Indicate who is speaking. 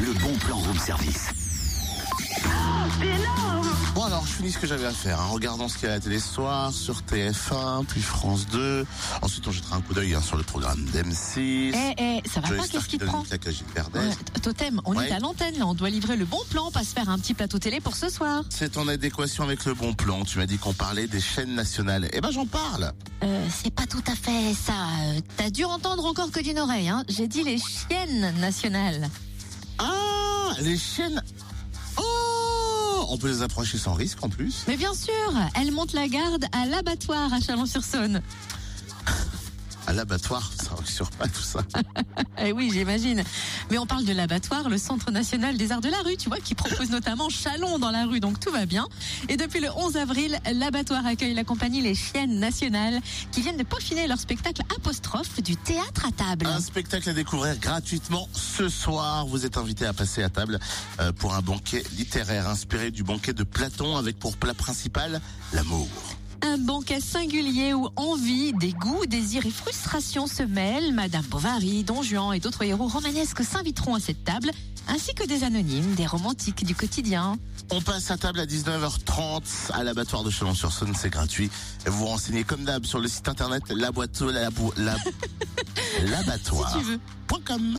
Speaker 1: le bon plan room service.
Speaker 2: Oh, Bon alors, je finis ce que j'avais à faire. hein. Regardons ce qu'il y a à la télé ce soir sur TF1, puis France 2. Ensuite, on jettera un coup d'œil hein, sur le programme d'M6.
Speaker 3: Eh, eh, ça va
Speaker 2: Joey
Speaker 3: pas,
Speaker 2: Star
Speaker 3: qu'est-ce qui te
Speaker 2: donne
Speaker 3: prend
Speaker 2: une claque à Gilles Verdez.
Speaker 3: Ouais, t- Totem, on
Speaker 2: Ouais.
Speaker 3: est à l'antenne, là, on doit livrer le bon plan, pas se faire un petit plateau télé pour ce soir.
Speaker 2: C'est en adéquation avec le bon plan. Tu m'as dit qu'on parlait des chaînes nationales. Eh ben, j'en parle.
Speaker 3: Euh, c'est pas tout à fait ça. Euh, T'as dû entendre encore que d'une oreille, hein. J'ai dit les chiennes nationales.
Speaker 2: Ah, les chaînes. Oh, on peut les approcher sans risque en plus.
Speaker 3: Mais bien sûr, elles montent la garde à l'abattoir à Chalon-sur-Saône.
Speaker 2: À l'abattoir, ça rassure pas tout ça.
Speaker 3: Eh oui, j'imagine. Mais on parle de l'abattoir, le Centre national des arts de la rue, tu vois, qui propose notamment Chalon dans la rue, donc tout va bien. Et depuis le 11 avril, l'abattoir accueille la compagnie Les Chiennes Nationales, qui viennent de peaufiner leur spectacle apostrophe du théâtre à table.
Speaker 2: Un spectacle à découvrir gratuitement ce soir. Vous êtes invité à passer à table euh, pour un banquet littéraire inspiré du banquet de Platon avec pour plat principal l'amour.
Speaker 3: Un banquet singulier où envie, dégoût, désir et frustration se mêlent. Madame Bovary, Don Juan et d'autres héros romanesques s'inviteront à cette table, ainsi que des anonymes, des romantiques du quotidien.
Speaker 2: On passe à table à 19h30 à l'abattoir de Chalon-sur-Saône, c'est gratuit. Et Vous vous renseignez comme d'hab sur le site internet la boîte la, bou- la-
Speaker 3: Si
Speaker 2: l'abattoir.
Speaker 3: tu veux.
Speaker 2: point com.